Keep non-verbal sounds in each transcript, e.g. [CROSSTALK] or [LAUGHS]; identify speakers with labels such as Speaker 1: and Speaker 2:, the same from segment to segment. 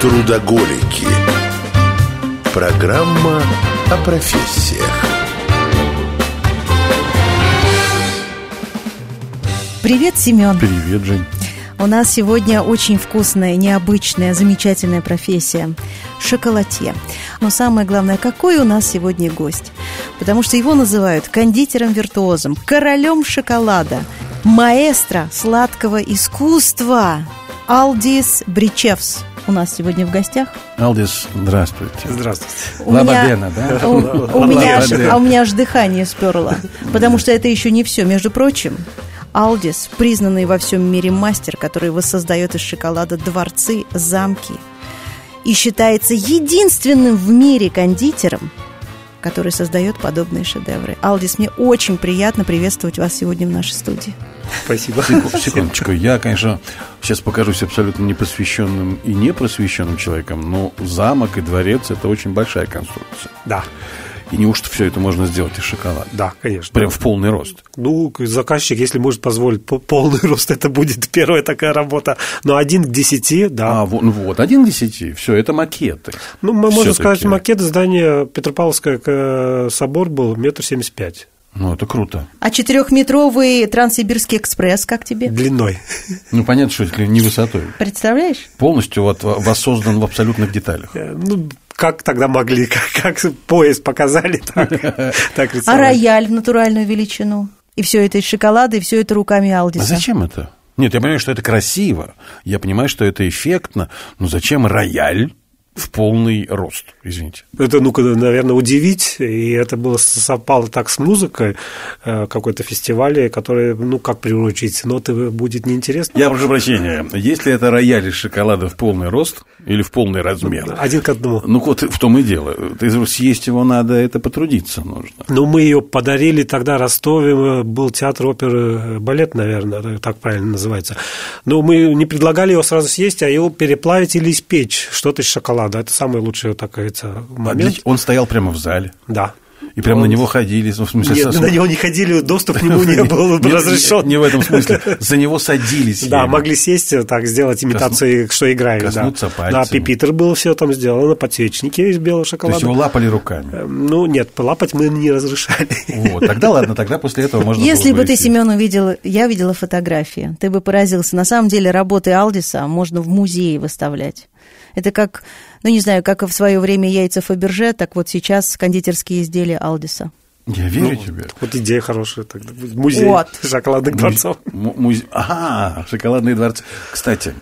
Speaker 1: Трудоголики. Программа о профессиях.
Speaker 2: Привет, Семен.
Speaker 3: Привет, Жень.
Speaker 2: У нас сегодня очень вкусная, необычная, замечательная профессия – шоколадье. Но самое главное, какой у нас сегодня гость? Потому что его называют кондитером-виртуозом, королем шоколада, маэстро сладкого искусства Алдис Бричевс у нас сегодня в гостях.
Speaker 3: Алдис, здравствуйте.
Speaker 4: Здравствуйте.
Speaker 2: У меня-
Speaker 3: Лабадена,
Speaker 2: [LAUGHS]
Speaker 3: да?
Speaker 2: У, у
Speaker 3: Ну,
Speaker 2: меня аж,
Speaker 3: Лабадена.
Speaker 2: а у меня аж дыхание сперло, потому что это еще не все. Между прочим, Алдис – признанный во всем мире мастер, который воссоздает из шоколада дворцы, замки и считается единственным в мире кондитером, который создает подобные шедевры. Алдис, мне очень приятно приветствовать вас сегодня в нашей студии.
Speaker 4: Спасибо.
Speaker 3: Секу- Секундочку, я, конечно, сейчас покажусь абсолютно непосвященным и непросвещенным человеком, но замок и дворец – это очень большая конструкция.
Speaker 4: Да,
Speaker 3: И неужто все это можно сделать из шоколада?
Speaker 4: да, конечно.
Speaker 3: Прям в полный рост.
Speaker 4: Ну, заказчик, если может позволить по- полный рост, это будет первая такая работа. Но один к десяти, да.
Speaker 3: А, вот, ну вот, один к десяти, все, это макеты.
Speaker 4: ну, мы- можно
Speaker 3: Всё-таки.
Speaker 4: сказать, макет здания Петропавловского э, собор был метр семьдесят пять
Speaker 3: Ну, это круто.
Speaker 2: А четырехметровый Транссибирский экспресс как тебе?
Speaker 4: длиной.
Speaker 3: Ну, понятно, что это не высотой.
Speaker 2: Представляешь?
Speaker 3: Полностью вот воссоздан в абсолютных деталях.
Speaker 4: Э, Ну, как тогда могли, [LAUGHS] как, как поезд показали, [LAUGHS] так, так
Speaker 2: А
Speaker 4: рисовали.
Speaker 2: рояль в натуральную величину? И все это из шоколада, и все это руками
Speaker 3: А
Speaker 2: Алдиса.
Speaker 3: зачем это? Нет, я понимаю, что это красиво, я понимаю, что это эффектно, но зачем рояль в полный рост, извините?
Speaker 4: Это, ну, когда, наверное, удивить, и это было совпало так с музыкой э, какой-то фестивале, который, ну, как приурочить ноты, будет неинтересно.
Speaker 3: Я прошу прощения, если это рояль из шоколада в полный рост или в полный размер,
Speaker 4: Один к одному.
Speaker 3: ну вот в том и дело, Ты- съесть его надо, это потрудиться нужно.
Speaker 4: Ну, мы ее подарили тогда Ростове, э, был театр оперы, э, балет, наверное, так- так правильно называется. Но мы не предлагали его сразу съесть, а его переплавить или испечь, что-то из шоколада. Это самый лучший, так говорится, момент.
Speaker 3: Он стоял прямо в зале,
Speaker 4: Да.
Speaker 3: и прямо на него ходили, ну, в смысле,
Speaker 4: Нет,
Speaker 3: со-
Speaker 4: на него не ходили, доступ к нему
Speaker 3: [LAUGHS]
Speaker 4: не был
Speaker 3: Нет,
Speaker 4: разрешен.
Speaker 3: Не в этом [LAUGHS] смысле, за него садились.
Speaker 4: Да,
Speaker 3: ели.
Speaker 4: могли сесть, э, так сделать имитации, что играют. да.
Speaker 3: коснуться
Speaker 4: Да,
Speaker 3: пальцами.
Speaker 4: пипитер был все там сделано, подсвечники из белого
Speaker 3: То
Speaker 4: шоколада.
Speaker 3: есть его лапали руками.
Speaker 4: Э, Ну, нет, лапать мы не разрешали.
Speaker 3: Вот, тогда ладно, тогда после этого можно было
Speaker 2: Если бы ты,
Speaker 3: идти.
Speaker 2: Семен, увидел, я видела фотографии, ты бы поразился. На самом деле работы Алдиса можно в музее выставлять. Это как, ну не знаю, как в свое время яйца Фаберже, так вот сейчас кондитерские изделия
Speaker 3: [LAUGHS]
Speaker 2: Алдиса.
Speaker 3: Я верю тебе.
Speaker 4: Вот идея хорошая тогда. Музей [LAUGHS]
Speaker 2: Вот.
Speaker 4: шоколадных дворцов.
Speaker 3: Му- музе- Ага, шоколадные дворцы. Кстати,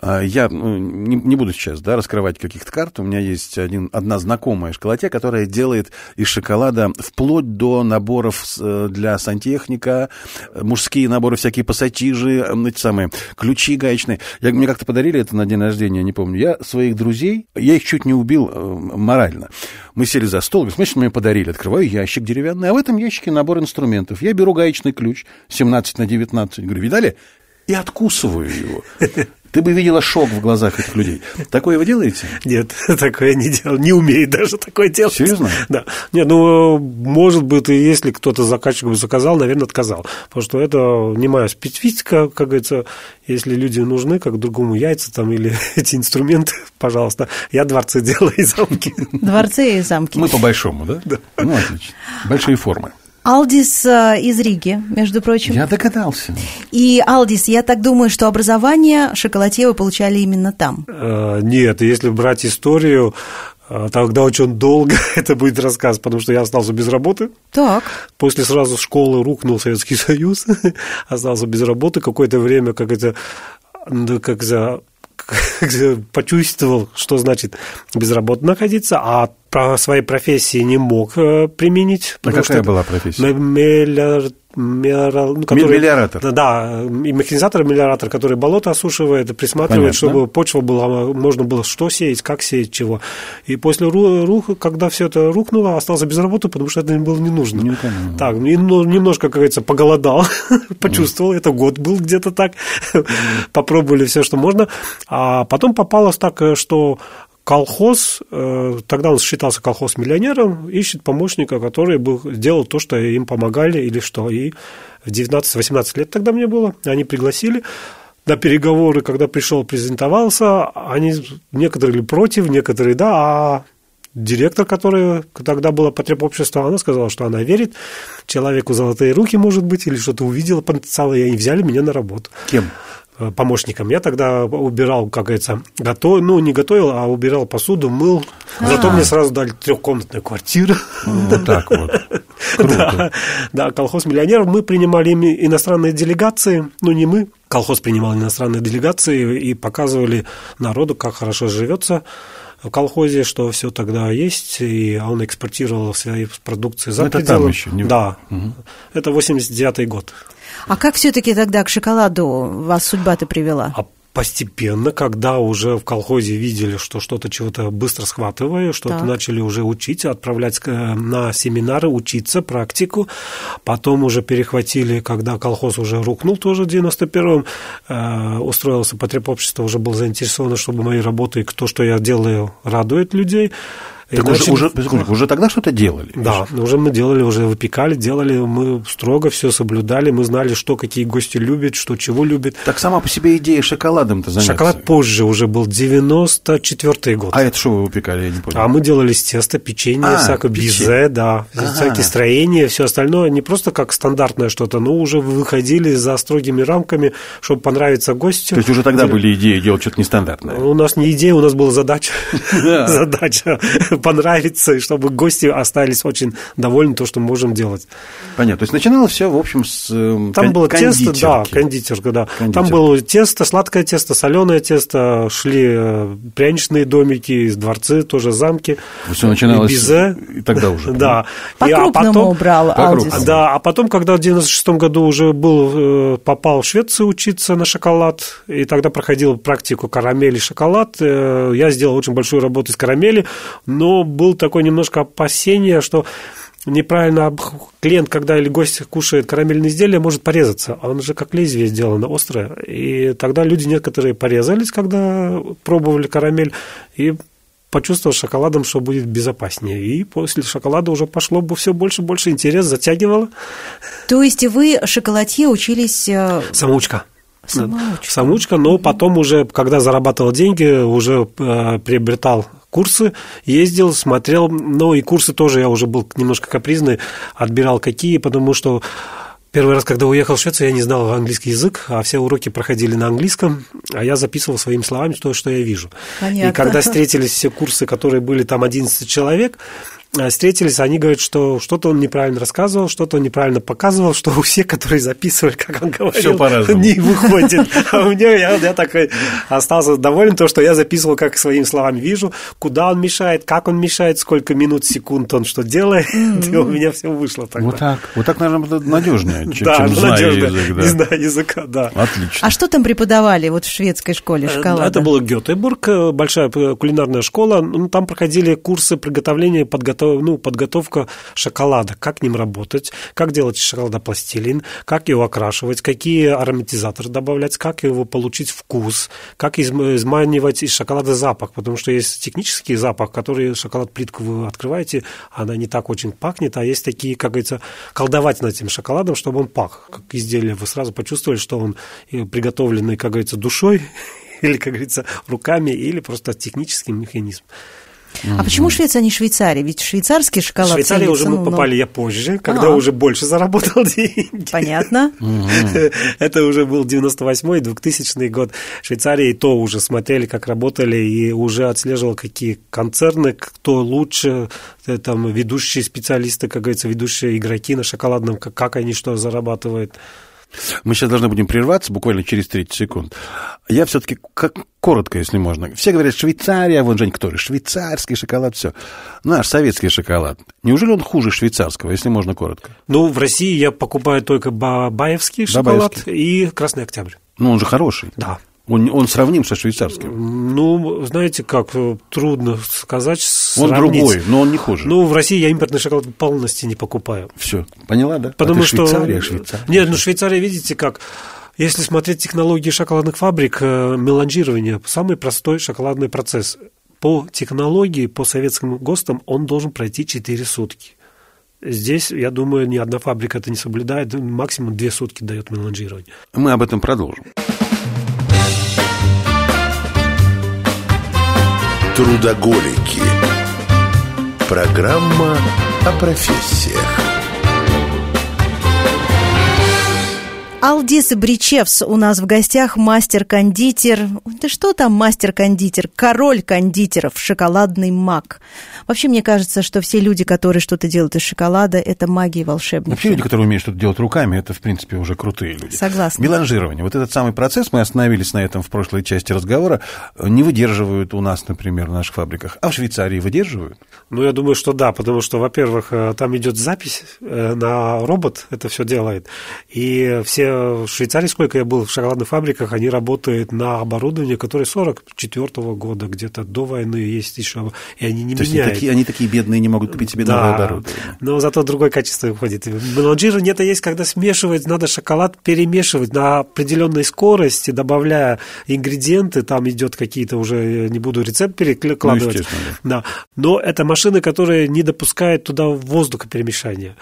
Speaker 3: а, я ну, не не буду сейчас да, раскрывать каких-то карт. У меня есть один, одна знакомая шоколаде, которая делает из шоколада вплоть до наборов с, э, для сантехника, э, мужские наборы, всякие пассатижи, э, эти самые ключи гаечные. Я, мне как-то подарили это на день рождения, не помню. Я своих друзей, я их чуть не убил э, морально. Мы сели за стол, говорю, смотри, что мне подарили. Открываю ящик деревянный, а в этом ящике набор инструментов. Я беру гаечный ключ 17 на 19, говорю, видали? И откусываю его. Ты бы видела шок в глазах этих людей. Такое вы делаете?
Speaker 4: Нет, [LAUGHS] такое не делал. Не умеет даже такое делать.
Speaker 3: Серьезно?
Speaker 4: [LAUGHS] Да. Нет, ну, может быть, и если кто-то заказчик бы заказал, наверное, отказал. Потому что это не моя специфика, как говорится, если люди нужны, как другому яйца там или [LAUGHS] эти инструменты, пожалуйста. Я дворцы [LAUGHS] делаю и замки.
Speaker 2: Дворцы и замки.
Speaker 3: Мы по-большому, да? Да. Ну, отлично. Большие формы.
Speaker 2: Алдис э, из Риги, между прочим.
Speaker 3: Я догадался.
Speaker 2: И Алдис, я так думаю, что образование шоколадье вы получали именно там.
Speaker 4: Э, Нет, если брать историю, э, тогда очень долго [LAUGHS] это будет рассказ, потому что я остался без работы.
Speaker 2: Так.
Speaker 4: После сразу школы рухнул Советский Союз, [LAUGHS] остался без работы. Какое-то время как это ну, как за [LAUGHS] как за- почувствовал, что значит без работы находиться, а про своей профессии не мог э, применить. потому
Speaker 3: А какая
Speaker 4: это
Speaker 3: была профессия?
Speaker 4: м- мелиор- мерал- ну, который-
Speaker 3: мелиоратор.
Speaker 4: Да, и механизатор, и мелиоратор, который болото осушивает, присматривает,
Speaker 3: Понятно.
Speaker 4: чтобы почва была, можно было что сеять, как сеять, чего. И после ру- рух, когда все это рухнуло, остался без работы, потому что это им было не нужно.
Speaker 3: Ну, понятно.
Speaker 4: так, ну, и ну, немножко, как говорится, поголодал, [LAUGHS] почувствовал, это год был где-то так, [LAUGHS] попробовали все, что можно. А потом попалось так, э, что колхоз, э, тогда он считался колхоз-миллионером, ищет помощника, который бы делал то, что им помогали или что. И в 19-18 лет тогда мне было, они пригласили, на переговоры, когда пришел, презентовался, они некоторые были против, некоторые да, а директор, которая тогда была потреб общества, она сказала, что она верит, человеку золотые руки, может быть, или что-то увидела потенциал, и они взяли меня на работу. Э,
Speaker 3: Кем?
Speaker 4: помощником. Я тогда убирал, как говорится, готов, ну, не готовил, а убирал посуду, мыл. Зато мне сразу дали трехкомнатную квартиру. [LAUGHS]
Speaker 3: Вот так вот.
Speaker 4: Да, да, колхоз миллионеров. Мы принимали ими иностранные делегации, ну не мы, колхоз принимал иностранные делегации и показывали народу, как хорошо живется в колхозе, что все тогда есть, и он экспортировал свои продукции за
Speaker 3: Ну, это
Speaker 4: пределы.
Speaker 3: там еще, не-
Speaker 4: Да, это 89-й год.
Speaker 2: А как все-таки тогда к шоколаду вас судьба-то привела?
Speaker 4: А постепенно, когда уже в колхозе видели, что что-то чего-то быстро схватываю, что-то
Speaker 2: Так.
Speaker 4: начали уже учить, отправлять э, на семинары, учиться, практику. Потом уже перехватили, когда колхоз уже рухнул тоже в 91-м, э, устроился потребобщество, уже был заинтересован, чтобы мои работы и то, что я делаю, радует людей. И
Speaker 3: Так уже,
Speaker 4: начали-
Speaker 3: уже, секундочку, уже тогда что-то делали?
Speaker 4: да, уже мы делали, уже выпекали, делали, мы строго все соблюдали, мы знали, что какие гости любят, что чего любят.
Speaker 3: Так сама по себе идея шоколадом-то заняться.
Speaker 4: Шоколад позже уже был, 94-й год.
Speaker 3: А это что вы выпекали, я не понял.
Speaker 4: А мы делали из теста печенье,
Speaker 3: А,
Speaker 4: всякое
Speaker 3: печенье. А.
Speaker 4: бизе, да, всякие строения, все остальное, не просто как стандартное что-то, но уже выходили за строгими рамками, чтобы понравиться гостю.
Speaker 3: То есть уже тогда были идеи делать что-то нестандартное.
Speaker 4: У нас не идея, у нас была задача.
Speaker 3: [LAUGHS] Да.
Speaker 4: [LAUGHS] задача понравиться, и чтобы гости остались очень довольны то, что мы можем делать.
Speaker 3: Понятно. То есть начиналось все, в общем, с эм,
Speaker 4: Там
Speaker 3: кон-
Speaker 4: было тесто, да,
Speaker 3: кондитерки.
Speaker 4: кондитерка, да. Там
Speaker 3: Кондитерка.
Speaker 4: было тесто, сладкое тесто, соленое тесто, шли э, пряничные домики из дворцы, тоже замки.
Speaker 3: Всё начиналось
Speaker 4: И Бизе.
Speaker 3: и тогда уже,
Speaker 4: [LAUGHS] Да. И, а
Speaker 2: По-крупному
Speaker 4: потом-
Speaker 2: убрал
Speaker 3: по-крупному.
Speaker 2: Алдис.
Speaker 4: Да, а потом, когда в 96 году уже был, э, попал в Швецию учиться на шоколад, и тогда проходил практику карамели шоколад, э, я сделал очень большую работу из карамели, но был такое немножко опасение, что неправильно обх- клиент, когда или гость кушает карамельные изделия, может порезаться. А Он же как лезвие сделано, острое. И тогда люди некоторые порезались, когда пробовали карамель, и почувствовал шоколадом, что будет безопаснее. И после шоколада уже пошло бы все больше и больше интерес, затягивало.
Speaker 2: То есть вы шоколадье учились э,
Speaker 4: Самоучка.
Speaker 2: Самоучка.
Speaker 4: Самоучка, но потом уже, когда зарабатывал деньги, уже э, приобретал курсы, ездил, смотрел, но и курсы тоже я уже был немножко капризный, отбирал какие, потому что первый раз, когда уехал в Швецию, я не знал английский язык, а все уроки проходили на английском, а я записывал своими словами то, что я вижу.
Speaker 2: Понятно.
Speaker 4: И когда встретились все курсы, которые были там 11 человек, э, встретились, они говорят, что что-то он неправильно рассказывал, что-то он неправильно показывал, что [LAUGHS] у всех, которые записывали, как он говорил,
Speaker 3: Всё по-разному.
Speaker 4: не выходит. А у меня я, я такой остался доволен, то, что я записывал, как своими словами вижу, куда он мешает, как он мешает, сколько минут, секунд он что делает. И у меня все вышло тогда.
Speaker 3: Вот так. Вот так, наверное, надежнее, чем,
Speaker 4: да,
Speaker 3: чем зная
Speaker 4: надежда.
Speaker 3: язык. да.
Speaker 4: Не знаю языка, да.
Speaker 3: Отлично.
Speaker 2: А что там преподавали вот в шведской школе шоколада?
Speaker 4: Э, Это было Гетебург, э, большая э, кулинарная школа. Ну, там проходили курсы приготовления, подготов... ну, подготовка шоколада, как ним работать, как делать из шоколада пластилин, как его окрашивать, какие ароматизаторы добавлять, как его получить вкус, как изм- изманивать из шоколада запах, потому что есть технический запах, который шоколад плитку вы открываете, она не так очень пахнет, а есть такие, как говорится, колдовать над этим шоколадом, чтобы он пах, как изделие. Вы сразу почувствовали, что он э, приготовленный, как говорится, душой [LAUGHS] или, как говорится, руками, или просто технический механизм.
Speaker 2: А почему Швеция, а не Швейцария? Ведь швейцарский
Speaker 4: В
Speaker 2: шоколад...
Speaker 4: Швейцарию уже
Speaker 2: ценится, ну,
Speaker 4: мы
Speaker 2: ну,
Speaker 4: попали я позже, когда
Speaker 2: А.
Speaker 4: уже больше заработал [LAUGHS] деньги.
Speaker 2: Понятно.
Speaker 4: Это уже был 98-й, 2000 год. Швейцария и то уже смотрели, как работали, и уже отслеживал, какие концерны, кто лучше, э, там, ведущие специалисты, как говорится, ведущие игроки на шоколадном, как- как они что зарабатывают.
Speaker 3: Мы сейчас должны будем прерваться буквально через 30 секунд. Я все-таки как коротко, если можно. Все говорят, Швейцария, вон Жень, который, швейцарский шоколад, все. Наш советский шоколад. Неужели он хуже швейцарского, если можно коротко?
Speaker 4: Ну, в России я покупаю только ба- баевский шоколад и красный октябрь.
Speaker 3: Ну, он же хороший.
Speaker 4: Да.
Speaker 3: Он, он сравним со швейцарским.
Speaker 4: Ну, знаете как, э, трудно сказать,
Speaker 3: Он
Speaker 4: сравнить.
Speaker 3: другой, но он не хуже.
Speaker 4: Ну, в России я импортный шоколад полностью не покупаю.
Speaker 3: все, поняла, да? А
Speaker 4: Потому
Speaker 3: ты
Speaker 4: что...
Speaker 3: Швейцария, Швейцария.
Speaker 4: Нет, ну Швейцария, видите, как... Если смотреть технологии шоколадных фабрик, э, меланжирование – самый простой шоколадный процесс. По технологии, по советским ГОСТам, он должен пройти 4 сутки. Здесь, я думаю, ни одна фабрика это не соблюдает. Максимум 2 сутки дает меланжирование.
Speaker 3: Мы об этом продолжим.
Speaker 1: Трудоголики. Программа о профессиях.
Speaker 2: Алдис Бричевс у нас в гостях, мастер-кондитер. Да что там мастер-кондитер? Король кондитеров, шоколадный маг. Вообще, мне кажется, что все люди, которые что-то делают из шоколада, это маги и волшебники.
Speaker 3: Вообще люди, которые умеют что-то делать руками, это, в принципе, уже крутые люди.
Speaker 2: Согласна.
Speaker 3: Меланжирование. Вот этот самый процесс, мы остановились на этом в прошлой части разговора, э, не выдерживают у нас, например, в наших фабриках. А в Швейцарии выдерживают?
Speaker 4: Ну, я думаю, что да, потому что, во-первых, э, там идет запись э, на робот, это все делает. И все в Швейцарии, сколько я был в шоколадных фабриках, они работают на оборудовании, которое 44 года, где-то до войны есть еще, и они не
Speaker 3: То есть они
Speaker 4: меняют.
Speaker 3: такие, они такие бедные не могут купить себе новое оборудование.
Speaker 4: Но зато другое качество выходит. Меланжирование это есть, когда смешивать, надо шоколад перемешивать на определенной скорости, добавляя ингредиенты, там идет какие-то уже, я не буду рецепт перекладывать.
Speaker 3: Ну, естественно,
Speaker 4: да. Но это машины, которые не допускают туда воздуха перемешания.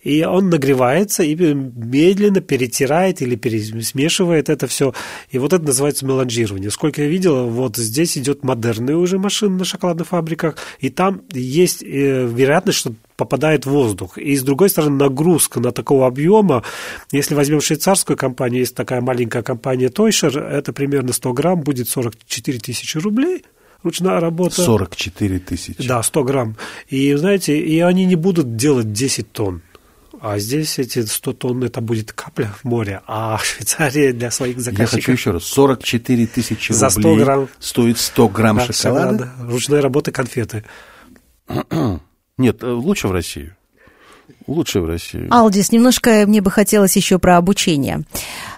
Speaker 4: И он нагревается и медленно перетирает или пересмешивает это все. И вот это называется меланжирование. Сколько я видел, вот здесь идет модерные уже машины на шоколадных фабриках, и там есть э, вероятность, что попадает воздух. И с другой стороны, нагрузка на такого объема, если возьмем швейцарскую компанию, есть такая маленькая компания Тойшер, это примерно 100 грамм будет 44 тысячи рублей. Ручная работа.
Speaker 3: 44 тысячи.
Speaker 4: Да, 100 грамм. И, знаете, и они не будут делать 10 тонн. А здесь эти 100 тонн, это будет капля в море. А [LAUGHS] Швейцария для своих
Speaker 3: Я хочу
Speaker 4: заказчиков...
Speaker 3: еще раз. 44 тысячи
Speaker 4: За 100
Speaker 3: рублей
Speaker 4: грамм.
Speaker 3: стоит 100 грамм
Speaker 4: Да,
Speaker 3: шоколада.
Speaker 4: шоколада, Ручной работы конфеты.
Speaker 3: Нет, э, лучше в Россию. Лучше в Россию.
Speaker 2: Алдис, немножко мне бы хотелось еще про обучение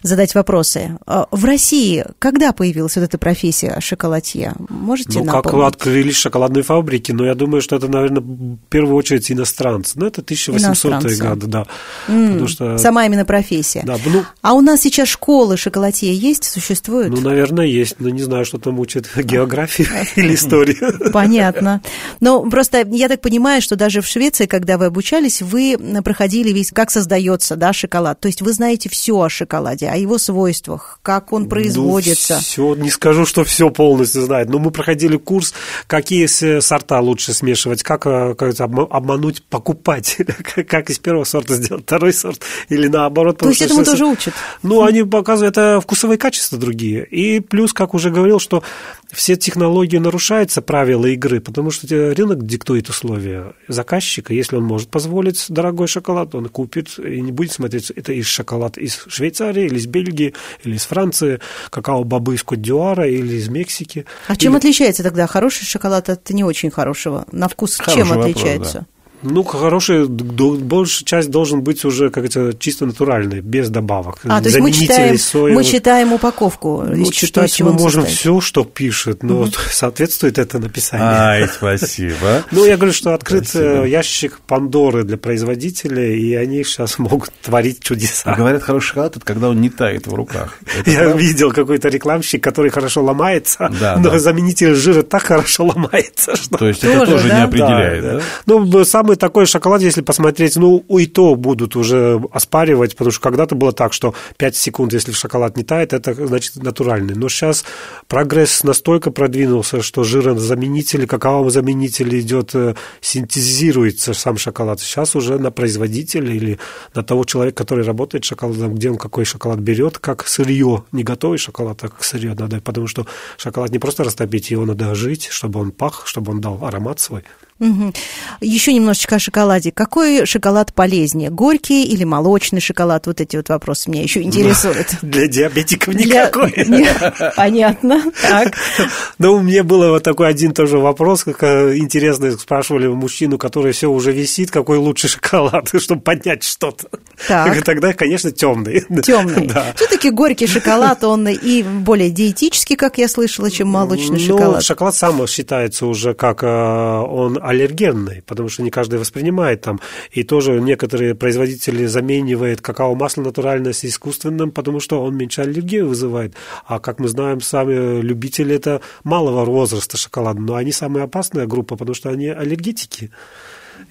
Speaker 2: задать вопросы. Э, В России когда появилась вот эта профессия шоколатье? Можете
Speaker 4: Ну, как
Speaker 2: напомнить?
Speaker 4: открылись шоколадные фабрики, но я думаю, что это, наверное, в первую очередь иностранцы. Ну, это 1800-е
Speaker 2: Иностранцы.
Speaker 4: годы, да.
Speaker 2: М,
Speaker 4: Потому что...
Speaker 2: Сама именно профессия.
Speaker 4: Э, Да, ну,
Speaker 2: А у нас сейчас школы шоколатье есть, существуют?
Speaker 4: ну, наверное, есть, но не знаю, что там учат
Speaker 2: А.
Speaker 4: географию [LAUGHS] или историю.
Speaker 2: Понятно. Но просто я так понимаю, что даже в Швеции, когда вы обучались, вы проходили весь, как создается да, шоколад. То есть вы знаете все о шоколаде, о его свойствах, как он производится.
Speaker 4: все, Ну, не скажу, что все полностью знает, но мы проходили курс, какие с- сорта лучше смешивать, как, э, как говорится, обма- обмануть покупателя, [LAUGHS] как- как из первого сорта сделать второй сорт или наоборот.
Speaker 2: То есть
Speaker 4: потому
Speaker 2: этому
Speaker 4: что-
Speaker 2: тоже учат.
Speaker 4: Ну, они показывают это вкусовые качества другие. И плюс, как уже говорил, что все технологии нарушаются, правила игры, потому что те- рынок диктует условия заказчика. Если он может позволить дорогой шоколад, он купит и не будет смотреть, это из шоколад из Швейцарии, или из Бельгии, или из Франции, какао-бобы из Кот-Дюара, или из Мексики.
Speaker 2: А чем
Speaker 4: Или-
Speaker 2: отличается тогда хороший шоколад от не очень хорошего? На вкус
Speaker 3: Хороший
Speaker 2: чем
Speaker 3: вопрос,
Speaker 2: отличается?
Speaker 4: Ну, хороший, до- большая часть должен быть уже, как это, чисто натуральный, без добавок.
Speaker 2: А, то есть мы
Speaker 4: Заменителей
Speaker 2: читаем,
Speaker 4: соевых.
Speaker 2: мы читаем упаковку.
Speaker 4: Ну,
Speaker 2: из- что из
Speaker 4: читать
Speaker 2: чего
Speaker 4: мы
Speaker 2: он
Speaker 4: можем
Speaker 2: состоит.
Speaker 4: все, что пишет, но [LAUGHS] соответствует это написание.
Speaker 3: Ай, спасибо.
Speaker 4: Ну, я говорю, что открыт
Speaker 3: А, Спасибо.
Speaker 4: э, ящик Пандоры для производителей, и они сейчас могут творить
Speaker 3: А
Speaker 4: чудеса.
Speaker 3: говорят, хороший шоколад, это когда он не тает в руках. Это
Speaker 4: Я
Speaker 3: правда?
Speaker 4: видел какой-то рекламщик, который хорошо ломается,
Speaker 3: Да,
Speaker 4: но
Speaker 3: да.
Speaker 4: заменитель жира так хорошо ломается, [LAUGHS] что...
Speaker 3: То есть это
Speaker 2: Тоже,
Speaker 3: тоже не
Speaker 2: да?
Speaker 3: определяет, да?
Speaker 4: Ну, б- самый такой шоколад, если посмотреть, ну, и то будут уже оспаривать, потому что когда-то было так, что 5 секунд, если шоколад не тает, это значит натуральный. Но сейчас прогресс настолько продвинулся, что жирозаменители, какао-заменители идет, э, синтезируется сам шоколад. Сейчас уже на производителя или на того человека, который работает с шоколадом, где он какой шоколад берет, как сырье, не готовый шоколад, а как сырье надо, потому что шоколад не просто растопить, его надо жить, чтобы он пах, чтобы он дал аромат свой.
Speaker 2: Мгм. Еще немножечко о шоколаде. Какой шоколад полезнее? Горький или молочный шоколад? Вот эти вот вопросы меня еще интересуют.
Speaker 4: Для диабетиков
Speaker 2: [LAUGHS] Для-
Speaker 4: никакой.
Speaker 2: [LAUGHS] Не- Понятно. Так.
Speaker 4: [LAUGHS] Ну, у меня был вот такой один тоже вопрос, как э, интересный, спрашивали мужчину, который все уже висит, какой лучше [LAUGHS] шоколад, чтобы поднять что-то.
Speaker 2: Так.
Speaker 4: И Тогда, конечно, [LAUGHS] темный.
Speaker 2: Темный.
Speaker 4: Да.
Speaker 2: Все-таки горький шоколад, он и более диетический, как я слышала, чем молочный
Speaker 4: Ну,
Speaker 2: шоколад.
Speaker 4: шоколад сам считается уже как э, он аллергенный, потому что не каждый воспринимает там. И тоже некоторые производители заменивают какао-масло натуральное с искусственным, потому что он меньше аллергии вызывает. А как мы знаем, сами любители это малого возраста шоколада, но они самая опасная группа, потому что они аллергетики.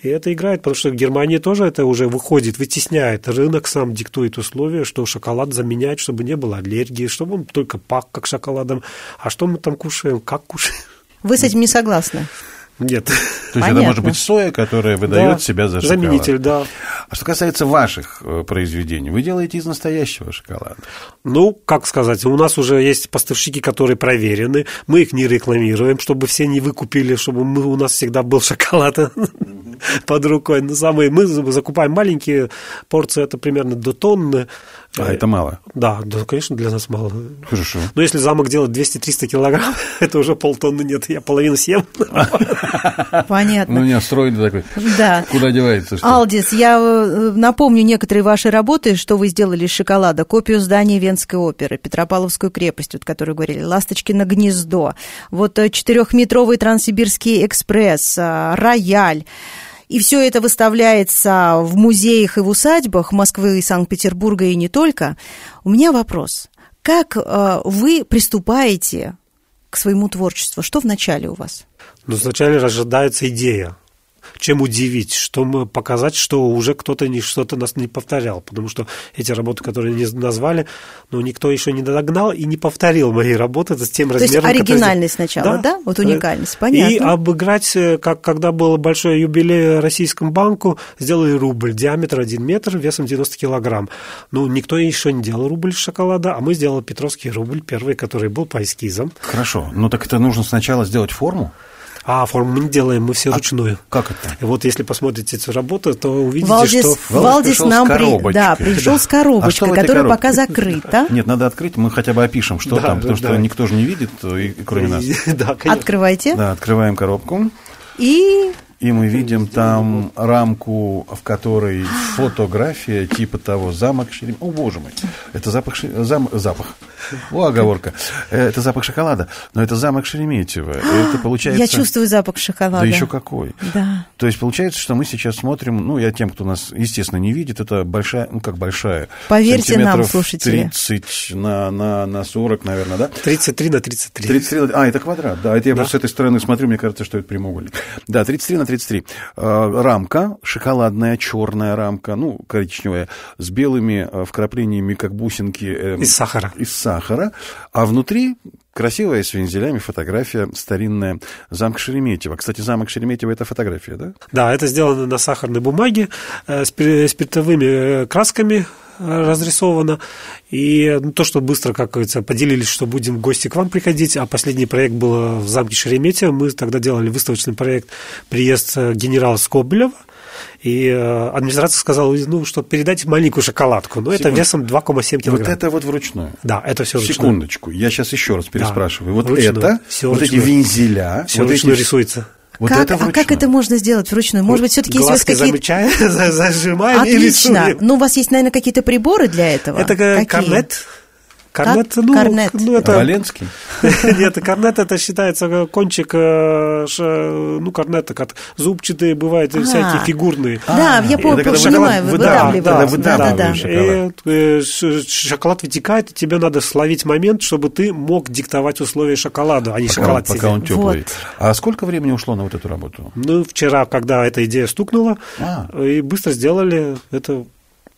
Speaker 4: И это играет, потому что Германия тоже это уже выходит, вытесняет. Рынок сам диктует условия, что шоколад заменять, чтобы не было аллергии, чтобы он только пах как шоколадом. А что мы там кушаем, [LAUGHS] как кушаем?
Speaker 2: Вы с этим не
Speaker 4: [LAUGHS]
Speaker 2: согласны?
Speaker 4: Нет.
Speaker 3: То есть это
Speaker 2: Понятно.
Speaker 3: может быть соя, которая выдает
Speaker 4: Да,
Speaker 3: себя за шоколад.
Speaker 4: Заменитель, да.
Speaker 3: А что касается ваших э, произведений, вы делаете из настоящего шоколада.
Speaker 4: Ну, как сказать, у нас уже есть поставщики, которые проверены. Мы их не рекламируем, чтобы все не выкупили, чтобы мы, у нас всегда был [LAUGHS] шоколад под рукой. Но самые, мы закупаем маленькие порции, это примерно до тонны.
Speaker 3: А это мало.
Speaker 4: Да, да, конечно, для нас мало.
Speaker 3: Хорошо.
Speaker 4: Но если замок делает 200-300 килограмм, [LAUGHS] это уже полтонны нет, я половину съем.
Speaker 3: Ну,
Speaker 2: Понятно.
Speaker 3: меня строит Ну, такой.
Speaker 2: Да.
Speaker 3: Куда девается? Что?
Speaker 2: Алдис, я э, напомню некоторые ваши работы, что вы сделали из шоколада. Копию здания Венской оперы, Петропавловскую крепость, вот которую говорили, «Ласточки на гнездо», вот э, четырехметровый Транссибирский экспресс, э, рояль. И все это выставляется в музеях и в усадьбах Москвы и Санкт-Петербурга и не только. У меня вопрос. Как э, вы приступаете к своему творчеству? Что вначале у вас?
Speaker 4: Но вначале рождается идея. Чем удивить, что мы показать, что уже кто-то не что-то нас не повторял, потому что эти работы, которые не назвали, ну никто еще не догнал и не повторил мои работы с тем
Speaker 2: есть
Speaker 4: размером. который-
Speaker 2: оригинальность сначала, да? Вот уникальность, понятно.
Speaker 4: И обыграть, э, как когда был большой юбилей российскому банку, сделали рубль, диаметр 1 метр, весом 90 килограмм. Ну никто еще не делал рубль из шоколада, а мы сделали Петровский рубль первый, который был по эскизам.
Speaker 3: Хорошо. Ну, так это нужно сначала сделать форму?
Speaker 4: А форму мы не делаем, мы все ручную.
Speaker 3: Как это?
Speaker 4: И вот если посмотрите эту работу, то увидите,
Speaker 2: Валдис,
Speaker 4: что...
Speaker 3: Валдис
Speaker 2: Валдис
Speaker 3: пришел с
Speaker 2: нам при,
Speaker 3: коробочкой.
Speaker 2: да, пришел
Speaker 3: Да.
Speaker 2: с коробочкой,
Speaker 3: [LAUGHS] А что в этой
Speaker 2: которая
Speaker 3: коробке?
Speaker 2: пока закрыта.
Speaker 3: [LAUGHS] Нет, надо открыть, мы хотя бы опишем, что
Speaker 4: Да,
Speaker 3: там, потому
Speaker 4: да,
Speaker 3: что
Speaker 4: да.
Speaker 3: никто же не видит, э, и- и кроме нас.
Speaker 4: [LAUGHS] Да, конечно.
Speaker 2: Открывайте.
Speaker 3: Да, открываем коробку,
Speaker 2: И
Speaker 3: и мы видим там рамку, в которой фотография типа того замок Шерем- О, боже мой, это запах, ши- зам- запах. О, оговорка. Э, Это запах шоколада, но это замок Шереметьево. Это получается...
Speaker 2: [GASPS] я чувствую запах шоколада.
Speaker 3: Да еще какой.
Speaker 2: Да.
Speaker 3: То есть получается, что мы сейчас смотрим, ну, я тем, кто нас, естественно, не видит, это большая, ну, как большая.
Speaker 2: Поверьте нам,
Speaker 3: сантиметров
Speaker 2: слушатели.
Speaker 3: 30 на, на, на 40, наверное, да?
Speaker 4: 33 на 33.
Speaker 3: 33 на- А, это квадрат, да. Это я просто с этой стороны смотрю, мне кажется, что это прямоугольник. Да, 33 на 33. Э, Рамка, шоколадная, черная рамка, ну, коричневая, с белыми э, вкраплениями, как бусинки. э,
Speaker 4: Из сахара.
Speaker 3: Из сахара. А внутри красивая с вензелями фотография старинная замка Шереметьево. Кстати, замок Шереметьево – это фотография, да?
Speaker 4: Да, это сделано на сахарной бумаге, э, спир- спиртовыми э, красками э, разрисовано. И ну, то, что быстро, как говорится, поделились, что будем в гости к вам приходить, а последний проект был э, в замке Шереметьево. Мы тогда делали выставочный проект «Приезд э, генерала Скобелева». И э, администрация сказала, ну, что передайте маленькую шоколадку. Но это
Speaker 3: Секунду.
Speaker 4: весом 2,7
Speaker 3: Вот
Speaker 4: килограмм.
Speaker 3: это вот вручную.
Speaker 4: Да, это все
Speaker 3: Секундочку, я сейчас еще раз переспрашиваю. Вот
Speaker 4: Вручную.
Speaker 3: это,
Speaker 4: Всё
Speaker 3: вот эти
Speaker 4: вручную.
Speaker 3: вензеля,
Speaker 4: Все
Speaker 3: вот эти-
Speaker 4: ручно рисуется.
Speaker 3: Вот
Speaker 2: как,
Speaker 3: это
Speaker 2: а как
Speaker 3: вручную.
Speaker 2: это можно сделать вручную? Может быть, все-таки есть у вас
Speaker 4: Глазки
Speaker 2: какие-то...
Speaker 4: замечаем, [LAUGHS] за- зажимаем и
Speaker 2: Отлично.
Speaker 4: рисуем.
Speaker 2: Ну, у вас есть, наверное, какие-то приборы для этого?
Speaker 4: Это
Speaker 2: Какие?
Speaker 4: как корнет. Корнет,
Speaker 2: Как?
Speaker 4: ну,
Speaker 2: Корнет.
Speaker 4: ну, это...
Speaker 3: Оболенский?
Speaker 4: [LAUGHS] Нет, корнет это считается кончик, э, ш- ну, корнет, как зубчатые бывают, и
Speaker 2: А.
Speaker 4: всякие фигурные.
Speaker 2: Да, я
Speaker 3: это
Speaker 2: пом-
Speaker 3: когда
Speaker 2: понимаю,
Speaker 3: вы-
Speaker 2: вы
Speaker 3: да,
Speaker 2: выдавливаете.
Speaker 3: когда
Speaker 2: Да-да-да.
Speaker 3: выдавливаешь. шоколад.
Speaker 4: И, э, ш- шоколад вытекает, и тебе надо словить момент, чтобы ты мог диктовать условия шоколаду, а не
Speaker 3: Пока,
Speaker 4: шоколад
Speaker 3: пока
Speaker 4: себе.
Speaker 3: он теплый.
Speaker 2: Вот.
Speaker 3: А сколько времени ушло на вот эту работу?
Speaker 4: Ну, вчера, когда эта идея стукнула, э,
Speaker 3: А.
Speaker 4: и быстро сделали это.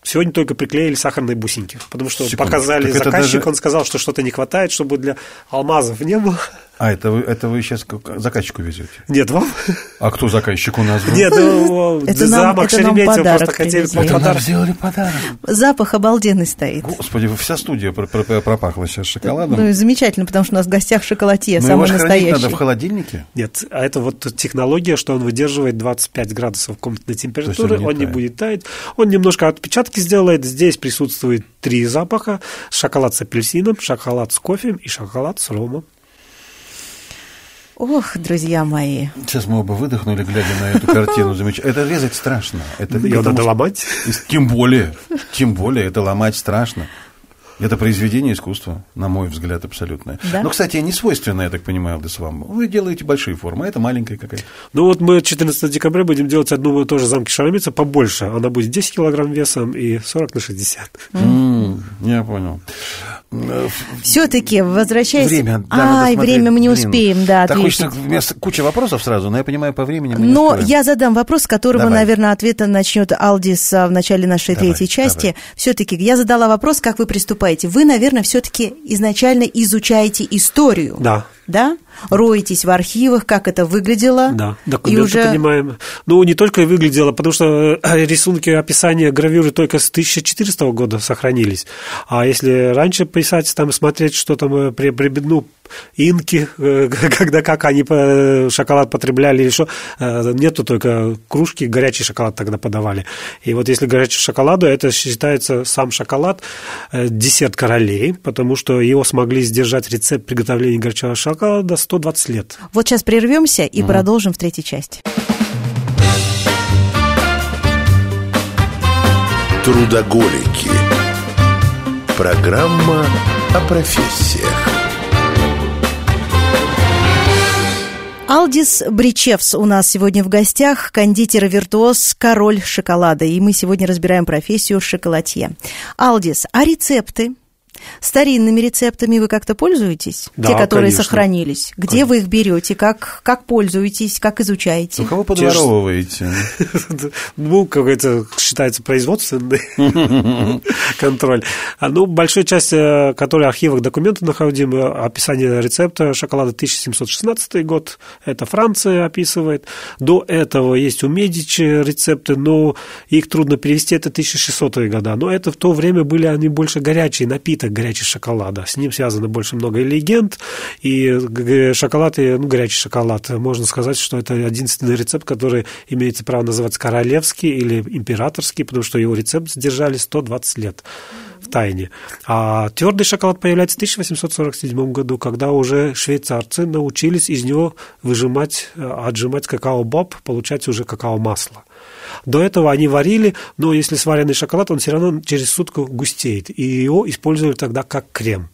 Speaker 4: Сегодня только приклеили сахарные бусинки, потому что
Speaker 3: Секунду.
Speaker 4: показали
Speaker 3: Так это
Speaker 4: заказчик,
Speaker 3: даже-
Speaker 4: он сказал, что что-то не хватает, чтобы для алмазов не было. [LAUGHS]
Speaker 3: А, это вы, это вы сейчас к- заказчику везете?
Speaker 4: Нет, вам? [LAUGHS]
Speaker 3: А кто заказчик у нас был?
Speaker 4: Нет, ну,
Speaker 2: Это нам-
Speaker 4: замок
Speaker 2: это нам
Speaker 4: Шереметьево
Speaker 2: подарок
Speaker 4: просто хотели
Speaker 2: привезли.
Speaker 3: Это нам
Speaker 4: подарок.
Speaker 3: сделали подарок.
Speaker 2: Запах обалденный стоит.
Speaker 3: Господи, вся студия про- про- пропахла сейчас шоколадом.
Speaker 2: Ну, и замечательно, потому что у нас в гостях шоколатье,
Speaker 3: Но его
Speaker 2: самый
Speaker 3: же хранить надо
Speaker 2: настоящий.
Speaker 3: в холодильнике?
Speaker 4: Нет, а это вот технология, что он выдерживает 25 градусов комнатной температуры,
Speaker 3: не
Speaker 4: он, не
Speaker 3: тает.
Speaker 4: будет таять, он немножко отпечатки сделает. Здесь присутствует три запаха: шоколад с апельсином, шоколад с кофе и шоколад с ромом.
Speaker 2: Ох, друзья мои.
Speaker 3: Сейчас мы оба выдохнули, глядя на эту картину. Замеч- Это резать страшно. Это,
Speaker 4: Ее
Speaker 3: Ну, потому
Speaker 4: надо
Speaker 3: что-
Speaker 4: ломать.
Speaker 3: И с- Тем более, тем более, это ломать страшно. Это произведение искусства, на мой взгляд, абсолютное.
Speaker 2: Да?
Speaker 3: Но, кстати, не свойственно, я так понимаю, Алдис, вам. Вы делаете большие формы, а это маленькая какая-то.
Speaker 4: Ну вот мы 14 декабря будем делать одну тоже замки шаромица побольше. Она будет 10 килограмм весом и 40 на 60.
Speaker 3: М, Я понял. Э,
Speaker 2: Все-таки, возвращаясь...
Speaker 3: Время, да, надо
Speaker 2: Ай,
Speaker 3: смотреть.
Speaker 2: время мы не
Speaker 3: Блин,
Speaker 2: успеем, да,
Speaker 3: Так
Speaker 2: ответить.
Speaker 3: хочется вместо куча вопросов сразу, но я понимаю, по времени мы не
Speaker 2: Но
Speaker 3: успеваем.
Speaker 2: я задам вопрос, с которого,
Speaker 3: Давай.
Speaker 2: наверное, ответа начнет Алдис а, в начале нашей
Speaker 3: Давай,
Speaker 2: третьей части.
Speaker 3: давай.
Speaker 2: Все-таки я задала вопрос, как вы приступаете. Вы, наверное, все-таки изначально изучаете историю.
Speaker 4: Да.
Speaker 2: да? Роетесь в архивах, как это выглядело.
Speaker 4: Да, документы понимаем. Ну, не только и выглядело, потому что э, рисунки, описания, гравюры только с 1400 года сохранились. А если раньше писать, там смотреть, что там э, при, при, ну, инки, э, [LAUGHS] когда как они э, шоколад потребляли или что, э, нету только кружки, горячий шоколад тогда подавали. И вот если горячий шоколаду, это считается сам шоколад, э, десерт королей, потому что его смогли сдержать рецепт приготовления горячего шоколада 120 лет.
Speaker 2: Вот сейчас прервемся и продолжим в третьей части.
Speaker 1: Трудоголики. Программа о профессиях.
Speaker 2: Алдис Бричевс у нас сегодня в гостях, кондитер-виртуоз, король шоколада. И мы сегодня разбираем профессию шоколатье. Алдис, а рецепты? Старинными рецептами вы как-то пользуетесь?
Speaker 4: Да,
Speaker 2: Те, которые
Speaker 4: конечно.
Speaker 2: сохранились. Где вы их берете? Как, как пользуетесь? Как изучаете?
Speaker 3: У кого подворовываете?
Speaker 4: [LAUGHS] Ну, какой-то считается производственный [LAUGHS] контроль. А, Ну, большая часть, э, которая в архивах документов находим, э, описание рецепта шоколада 1716 год, это Франция описывает. До этого есть у Медичи рецепты, но их трудно перевести, это 1600 года. Но это в то время были они больше горячие, напиток горячий шоколада. С ним связано больше много и легенд, и г- г- шоколад, и, ну, горячий шоколад. Можно сказать, что это единственный рецепт, который имеется право называться королевский или императорский, потому что его рецепт сдержали 120 лет в тайне. А твердый шоколад появляется в 1847 году, когда уже швейцарцы научились из него выжимать, э, отжимать какао-боб, получать уже какао-масло. До этого они варили, но если сваренный шоколад, он все равно через сутку густеет, и его использовали тогда как крем.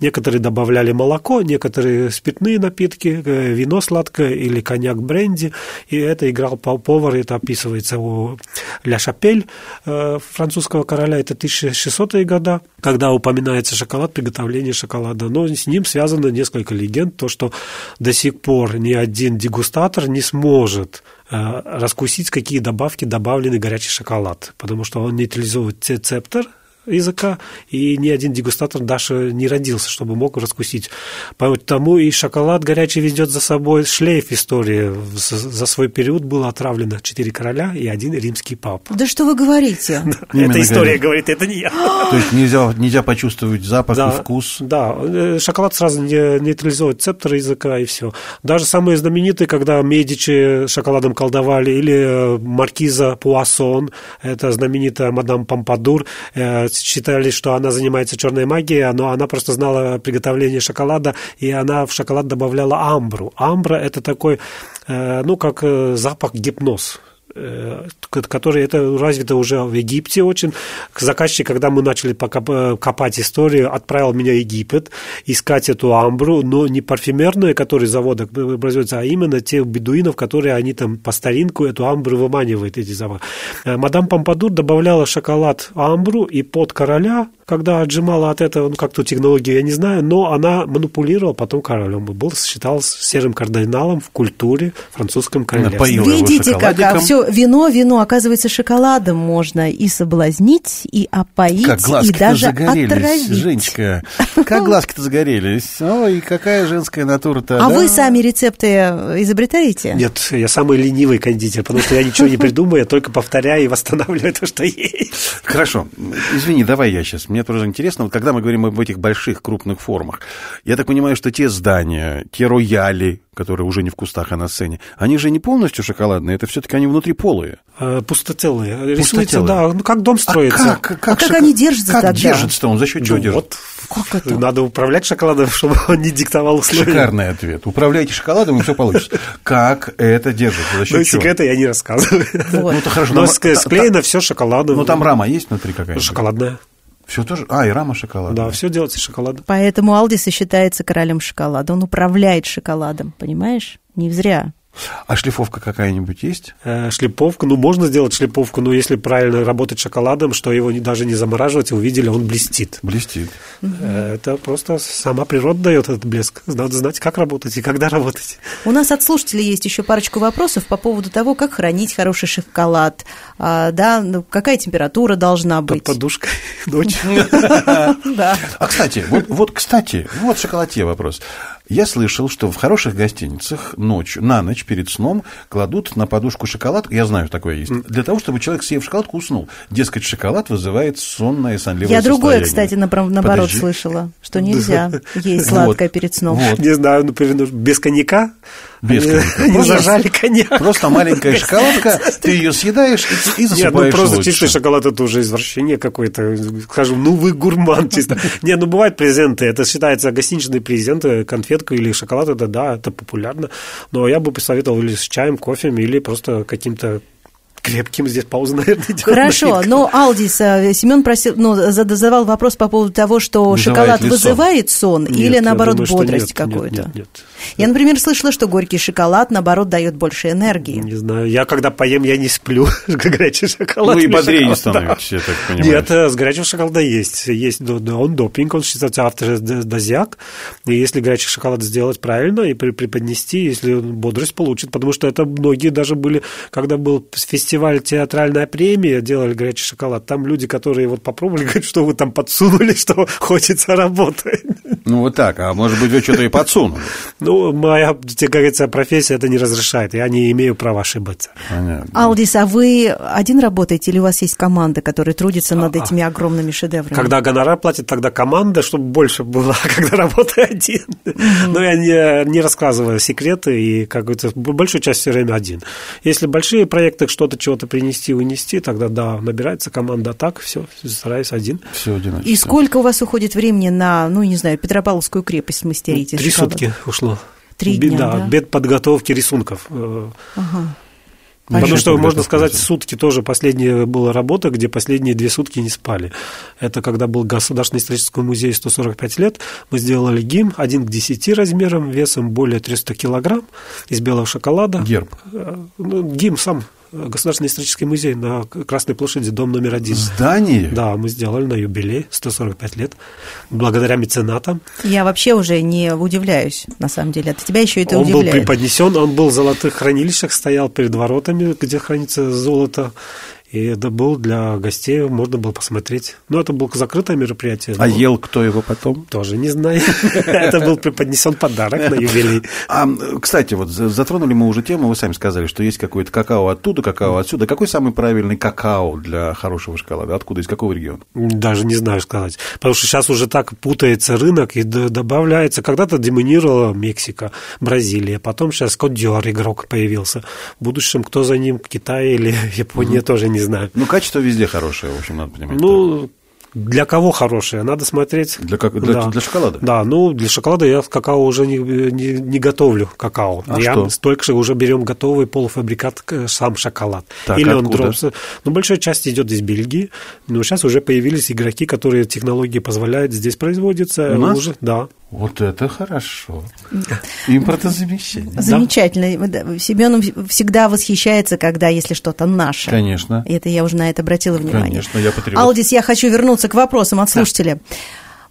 Speaker 4: Некоторые добавляли молоко, некоторые спиртные напитки, э, вино сладкое или коньяк бренди. И это играл пов- повар, это описывается у Ля Шапель э, французского короля, это 1600-е года, когда упоминается шоколад, приготовление шоколада. Но с ним связано несколько легенд, то, что до сих пор ни один дегустатор не сможет э, раскусить, какие добавки добавлены в горячий шоколад, потому что он нейтрализует рецептор языка, и ни один дегустатор даже не родился, чтобы мог раскусить. Поэтому и шоколад горячий везет за собой шлейф истории. За- За свой период было отравлено четыре короля и один римский папа.
Speaker 2: Да что вы
Speaker 3: [LAUGHS]
Speaker 2: говорите?
Speaker 3: Именно
Speaker 4: Эта история
Speaker 3: говорю.
Speaker 4: говорит, это не я.
Speaker 3: То есть нельзя, нельзя почувствовать запах
Speaker 4: Да,
Speaker 3: и вкус.
Speaker 4: Да, э, шоколад сразу не- нейтрализует цептор языка и все. Даже самые знаменитые, когда Медичи шоколадом колдовали, или э, Маркиза Пуассон, это знаменитая мадам Помпадур, э, считали, что она занимается черной магией, но она просто знала приготовление шоколада, и она в шоколад добавляла амбру. Амбра – это такой, э, ну, как э, запах гипноз э, к- который это развито уже в Египте очень. К- Заказчик, когда мы начали пока- э, копать историю, отправил меня в Египет искать эту амбру, но не парфюмерные, которые завода производятся, а именно те бедуинов, которые они там по старинку эту амбру выманивают, эти запахи. Э, Мадам Помпадур добавляла шоколад амбру и под короля, когда отжимала от этого, ну, как ту технологию, я не знаю, но она манипулировала потом королем. Был, считался серым кардиналом в культуре французском королевстве.
Speaker 3: поила его
Speaker 2: Видите, как
Speaker 3: шоколадиком.
Speaker 2: все вино, вино оказывается шоколадом можно и соблазнить, и опоить,
Speaker 3: Как
Speaker 2: и
Speaker 3: глазки-то
Speaker 2: даже
Speaker 3: загорелись,
Speaker 2: отравить. [LAUGHS]
Speaker 3: Женечка. Как глазки-то загорелись. Ой, какая женская натура-то.
Speaker 2: А
Speaker 3: да?
Speaker 2: вы сами рецепты э, изобретаете?
Speaker 4: Нет, я самый ленивый кондитер, потому что я ничего не придумаю, я только повторяю и восстанавливаю то, что есть.
Speaker 3: Хорошо. Извини, давай я сейчас. Мне тоже интересно, вот когда мы говорим об этих больших, крупных формах, я так понимаю, что те здания, те рояли, которые уже не в кустах, а на сцене, они же не полностью шоколадные, это все-таки они внутри полые.
Speaker 4: Э, Пустотелые. Рисуется,
Speaker 3: Пустотелые.
Speaker 4: да, ну как дом строится.
Speaker 2: А как они держатся
Speaker 3: Как
Speaker 2: тогда?
Speaker 3: держится он? За счет
Speaker 4: Ну,
Speaker 3: чего держится?
Speaker 4: вот надо управлять шоколадом, [LAUGHS] чтобы он не диктовал условия.
Speaker 3: Шикарный ответ. Управляйте шоколадом, и все получится. Как это держится? За
Speaker 4: Но
Speaker 3: счет чего?
Speaker 4: Ну секреты я не рассказываю.
Speaker 2: Вот.
Speaker 3: Ну, то хорошо.
Speaker 4: Но
Speaker 3: там-
Speaker 4: ск- склеено все шоколадом.
Speaker 3: Ну, там рама есть внутри какая-нибудь?
Speaker 4: Шоколадная.
Speaker 3: Все тоже? А, и рама шоколада.
Speaker 4: Да, все делается из шоколада.
Speaker 2: Поэтому Алдис и считается королем шоколада. Он управляет шоколадом, понимаешь? Не зря.
Speaker 3: А шлифовка какая-нибудь есть?
Speaker 4: Э, Шлиповку, ну, можно сделать шлиповку, но если правильно работать шоколадом, что его не- даже не замораживать, увидели, он блестит.
Speaker 3: Блестит.
Speaker 4: Э, Это просто сама природа дает этот блеск. Надо знать, как работать и когда работать.
Speaker 2: У нас от слушателей есть еще парочку вопросов по поводу того, как хранить хороший шоколад, а, да, ну, какая температура должна
Speaker 4: Под
Speaker 2: быть. Ну,
Speaker 4: подушкой [LAUGHS] ночью.
Speaker 2: Да.
Speaker 3: А кстати, вот, вот кстати, вот шоколаде вопрос. Я слышал, что в хороших гостиницах ночью, на ночь перед сном кладут на подушку шоколадку, я знаю, такое есть, для того, чтобы человек, съев шоколадку, уснул. Дескать, шоколад вызывает сонное и сонливое
Speaker 2: Я другое,
Speaker 3: состояние.
Speaker 2: кстати, напра- наоборот
Speaker 3: Подожди.
Speaker 2: слышала, что нельзя есть сладкое перед сном.
Speaker 3: вот.
Speaker 4: Не знаю, например, ну, без коньяка.
Speaker 3: Без
Speaker 4: Они- [LAUGHS]
Speaker 3: коньяка.
Speaker 4: Они
Speaker 3: Просто-
Speaker 4: зажали коньяк. [LAUGHS]
Speaker 3: Просто маленькая шоколадка, ты ее съедаешь и, и
Speaker 4: Нет, ну
Speaker 3: засыпаешь
Speaker 4: просто
Speaker 3: лучше.
Speaker 4: чистый шоколад это уже извращение какое-то. Скажу, ну вы
Speaker 2: [LAUGHS]
Speaker 4: гурман чисто. Не, ну бывают презенты. Это считается гостиничные презенты, конфетка или шоколад, это да, это популярно. Но я бы посоветовал или с чаем, кофе, или просто каким-то крепким здесь пауза, [LAUGHS] наверное, идет.
Speaker 2: Хорошо, но Алдис, Семен просил, ну, зада- задавал вопрос по поводу того, что
Speaker 3: Вызывает
Speaker 2: шоколад
Speaker 3: ли сон?
Speaker 2: вызывает сон
Speaker 4: Нет,
Speaker 2: или,
Speaker 4: я
Speaker 2: наоборот,
Speaker 4: думаю, что
Speaker 2: бодрость
Speaker 4: нет, нет,
Speaker 2: какую-то.
Speaker 4: нет, нет.
Speaker 2: Я, например, слышала, что горький шоколад, наоборот, дает больше энергии.
Speaker 4: Ну, Не знаю, я когда поем, я не сплю. [LAUGHS] Горячий шоколад.
Speaker 3: Ну и
Speaker 4: или
Speaker 3: бодрее
Speaker 4: шоколад, да.
Speaker 3: становишься, я так понимаю.
Speaker 4: Нет, э, с горячего шоколада есть. Есть до- до- он допинг, он считается автодозиак. И если горячий шоколад сделать правильно и при- преподнести, если он бодрость получит, потому что это многие даже были, когда был фестиваль театральная премия, делали горячий шоколад, там люди, которые вот попробовали, [LAUGHS] говорят, что вы там подсунули, [LAUGHS] что хочется работать.
Speaker 3: Ну вот так, а может быть, вы что-то и подсунули.
Speaker 4: Ну, моя, как говорится, профессия это не разрешает, я не имею права ошибаться.
Speaker 3: Понятно.
Speaker 2: Алдис, а вы один работаете или у вас есть команда, которая трудится над этими огромными шедеврами?
Speaker 4: А, Когда гонорар платит, тогда команда, чтобы больше было, [LAUGHS] а когда работаю один. Ну, Но я э, не, не рассказываю секреты и какую-то б- большую часть все время один. Если большие проекты, что-то, чего-то принести, унести, тогда да, набирается команда, а так все, стараюсь один.
Speaker 2: А
Speaker 3: Все одинаково.
Speaker 2: И сколько у вас уходит времени на, ну, не знаю, Петропавловскую крепость мастерить? из
Speaker 4: Ну, Три
Speaker 2: шоколада?
Speaker 4: сутки ушло.
Speaker 2: Три
Speaker 4: Бе-
Speaker 2: дня, да?
Speaker 4: бед подготовки рисунков. Э,
Speaker 2: Ага.
Speaker 4: Потому
Speaker 3: Большая
Speaker 4: что, можно
Speaker 3: подготовка,
Speaker 4: сказать,
Speaker 3: да.
Speaker 4: сутки тоже последняя была работа, где последние две сутки не спали. Это когда был Государственный исторический музей 145 лет, мы сделали гимн, один к 10 размерам, весом более 300 килограмм, из белого шоколада.
Speaker 3: Герб.
Speaker 4: Э, Ну, гимн сам, э, Государственный исторический музей на К- Красной площади, дом номер один.
Speaker 3: Здание?
Speaker 4: Да, мы сделали на юбилей 145 лет, благодаря меценатам.
Speaker 2: Я вообще уже не удивляюсь, на самом деле. От тебя еще это
Speaker 4: он был
Speaker 2: удивляет.
Speaker 4: преподнесен, он был в золотых хранилищах, стоял перед воротами, где хранится золото. И это был для гостей, можно было посмотреть. Но это было закрытое мероприятие.
Speaker 3: А
Speaker 4: но
Speaker 3: ел кто его потом?
Speaker 4: Тоже не знаю. [LAUGHS] Это был преподнесен подарок на юбилей.
Speaker 3: А, м, кстати, вот за- затронули мы уже тему, вы сами сказали, что есть какое-то какао оттуда, какао отсюда. Какой самый правильный какао для хорошего шоколада? Откуда, из какого региона?
Speaker 4: Даже не знаю сказать. Потому что сейчас уже так путается рынок и д- добавляется. Когда-то доминировала Мексика, Бразилия. Потом сейчас кот игрок появился. В будущем кто за ним? Китай или [LAUGHS] Япония, тоже не знаю.
Speaker 3: Ну, качество везде хорошее, в общем, надо понимать.
Speaker 4: Ну, для кого хорошее? Надо смотреть.
Speaker 3: Для как- для- для шоколада?
Speaker 4: Да, ну, для шоколада я какао уже не, не- не готовлю, какао.
Speaker 3: А
Speaker 4: я
Speaker 3: что?
Speaker 4: столько же уже берем готовый полуфабрикат, к- сам шоколад.
Speaker 3: Так,
Speaker 4: Или он
Speaker 3: откуда?
Speaker 4: дробится. Ну, большая часть идет из Бельгии. Но сейчас уже появились игроки, которые технологии позволяют здесь производиться.
Speaker 3: У нас?
Speaker 4: Уже, да.
Speaker 3: Вот
Speaker 2: [LAUGHS]
Speaker 3: это хорошо. Импортозамещение.
Speaker 2: Замечательно. Да, Семен всегда восхищается, когда, если что-то наше.
Speaker 3: Конечно.
Speaker 2: И Это я уже на это обратила внимание.
Speaker 3: Конечно, я патриот.
Speaker 2: Алдис, я хочу вернуться к вопросам от слушателя.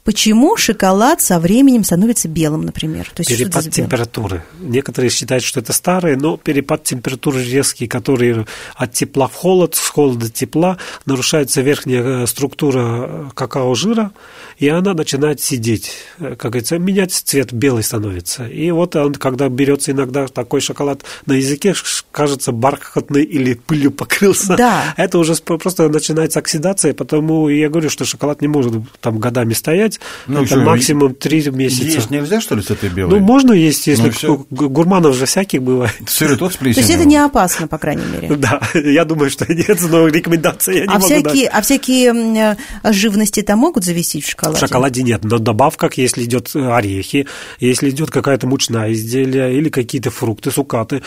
Speaker 2: Почему шоколад со временем становится белым, например? То есть что
Speaker 4: Перепад
Speaker 2: здесь белое?
Speaker 4: температуры. Некоторые считают, что это старые, но перепад температуры резкий, который от тепла в холод, с холода в тепла, нарушается верхняя э, структура э, какао-жира, и она начинает сидеть, э, как говорится, менять цвет, белый становится. И вот он, когда берется иногда такой шоколад на языке, ш- кажется бархатный или пылью покрылся.
Speaker 2: Да.
Speaker 4: Это уже спро- просто начинается оксидация, потому я говорю, что шоколад не может там годами стоять,
Speaker 3: Ну,
Speaker 4: это
Speaker 3: что,
Speaker 4: максимум три месяца.
Speaker 3: Есть нельзя, что ли, с этой белой?
Speaker 4: Ну, можно есть, если
Speaker 3: Ну, всё.
Speaker 4: г- гурманов же всяких бывает.
Speaker 3: Сырыток с
Speaker 2: То есть это не опасно, по крайней мере.
Speaker 4: [LAUGHS] Да, я думаю, что [LAUGHS] нет, но рекомендации я не
Speaker 2: А
Speaker 4: могу
Speaker 2: всякие, а всякие м, э, живности-то могут зависеть в
Speaker 4: дать. В
Speaker 2: шоколаде?
Speaker 4: шоколаде нет, но в добавках, если идет э, орехи, если идет какая-то мучная изделие или какие-то фрукты, цукаты,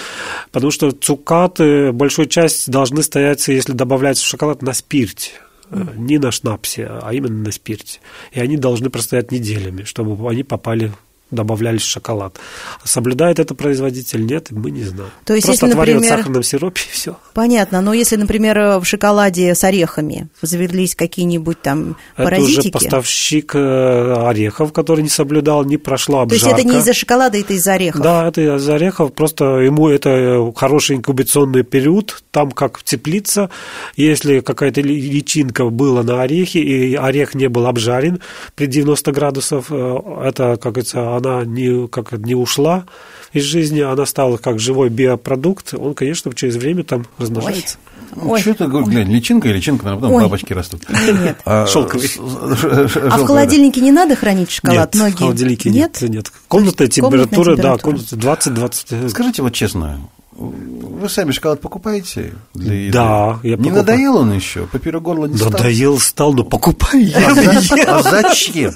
Speaker 4: потому что цукаты большую часть должны стоять, если добавляется в шоколад, на спирте. э, Не на шнапсе, а именно на спирте. И они должны простоять неделями, чтобы они попали, добавлялись в шоколад. Соблюдает это производитель, нет, мы не знаем.
Speaker 2: То есть,
Speaker 4: Просто
Speaker 2: если,
Speaker 4: отваривают
Speaker 2: например,
Speaker 4: в сахарном сиропе и все.
Speaker 2: Понятно, но если, например, э, в шоколаде с орехами завелись какие-нибудь там
Speaker 4: Это уже
Speaker 2: паразитики, то
Speaker 4: поставщик э, орехов, который не соблюдал, не прошла
Speaker 2: есть
Speaker 4: обжарка.
Speaker 2: это не из-за шоколада, это из-за орехов.
Speaker 4: Да, это из орехов, просто ему это э, хороший инкубационный период, там как теплица, если какая-то ли- личинка была на орехе, и орех не был обжарен при 90 градусов, э, это, как говорится, она не, как, не ушла из жизни, она стала как живой биопродукт, он, конечно, через время там размножается.
Speaker 3: Ну, что ты говоришь, глянь, личинка и личинка, а потом
Speaker 2: Ой. [LAUGHS]
Speaker 3: бабочки растут.
Speaker 2: Нет.
Speaker 3: А,
Speaker 2: Э,
Speaker 4: Шелковый.
Speaker 3: с- с- ш- ш-
Speaker 2: А в
Speaker 3: шелковый,
Speaker 2: холодильнике не надо хранить шоколад?
Speaker 4: нет,
Speaker 2: Ноги?
Speaker 4: в холодильнике нет. нет. Комнатная
Speaker 2: есть комнатная
Speaker 4: температура, да,
Speaker 2: температура.
Speaker 4: комната 20-20.
Speaker 3: да. Скажите вот честно, вы сами шоколад покупаете для еды?
Speaker 4: Да, я
Speaker 3: Не
Speaker 4: покупаю.
Speaker 3: надоел он еще? Поперек горла не стал?
Speaker 4: Надоел стал, но покупай.
Speaker 3: А
Speaker 4: я
Speaker 3: за- а зачем?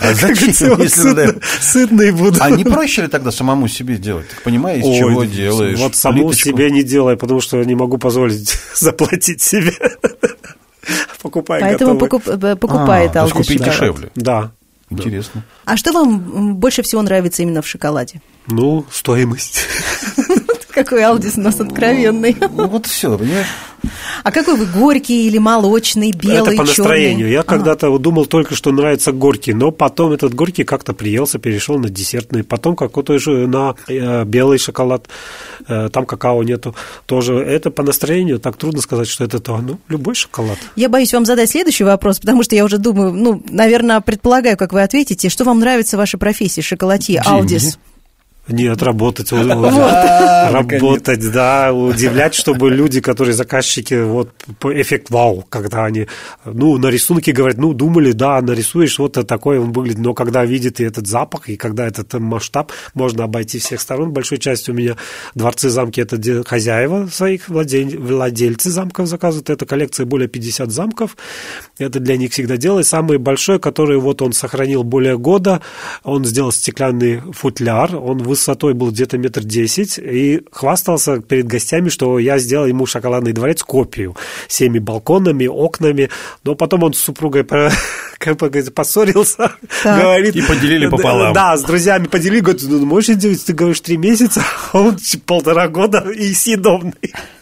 Speaker 3: А зачем, если надоел?
Speaker 4: Сытный буду.
Speaker 3: А не проще ли тогда самому себе делать? Ты понимаешь, из
Speaker 4: Ой,
Speaker 3: чего
Speaker 4: вот
Speaker 3: делаешь?
Speaker 4: Вот саму
Speaker 3: плиточку?
Speaker 4: себе не делай, потому что не могу позволить [LAUGHS] заплатить себе. [LAUGHS] Покупай
Speaker 2: Поэтому
Speaker 4: готовый.
Speaker 2: покуп- э,
Speaker 3: А,
Speaker 2: покупает
Speaker 3: то
Speaker 2: Алды
Speaker 3: есть купить
Speaker 2: шоколад.
Speaker 3: дешевле.
Speaker 4: Да.
Speaker 3: Интересно.
Speaker 2: А что вам м, больше всего нравится именно в шоколаде? [LAUGHS]
Speaker 4: Ну, стоимость. [LAUGHS]
Speaker 2: Какой Алдис у нас откровенный.
Speaker 3: Ну вот все, понимаешь?
Speaker 2: А какой вы, горький или молочный, белый, А,
Speaker 4: это по
Speaker 2: черный?
Speaker 4: настроению. Я
Speaker 2: Ага.
Speaker 4: когда-то вот думал только, что нравится горький, но потом этот горький как-то приелся, перешел на десертный, потом какой-то же на э, белый шоколад, э, там какао нету тоже. Это по настроению, так трудно сказать, что это то. Ну, любой шоколад.
Speaker 2: Я боюсь вам задать следующий вопрос, потому что я уже думаю, ну, наверное, предполагаю, как вы ответите, что вам нравится в вашей профессии, шоколатье,
Speaker 3: Деньги.
Speaker 2: Алдис.
Speaker 4: Нет, работать. у- у- [LAUGHS] Работать, да, удивлять, чтобы люди, которые заказчики, вот по- эффект вау, когда они, ну, на рисунке говорят, ну, думали, да, нарисуешь, вот такой он выглядит, но когда видит и этот запах, и когда этот э, масштаб, можно обойти всех сторон. Большой частью у меня дворцы, замки, это де- хозяева своих, владель- владельцы замков заказывают, это коллекция более 50 замков, это для них всегда дело. И самое большое, которое вот он сохранил более года, он сделал стеклянный футляр, он высотой был где-то метр десять, и хвастался перед гостями, что я сделал ему шоколадный дворец копию, всеми балконами, окнами, но потом он с супругой по- [LAUGHS] как бы говорится, поссорился,
Speaker 2: Так.
Speaker 4: говорит...
Speaker 3: И поделили пополам.
Speaker 4: Да, с друзьями поделили, говорит, ну, можешь делать, ты говоришь, три месяца, [LAUGHS] а он полтора года и съедобный.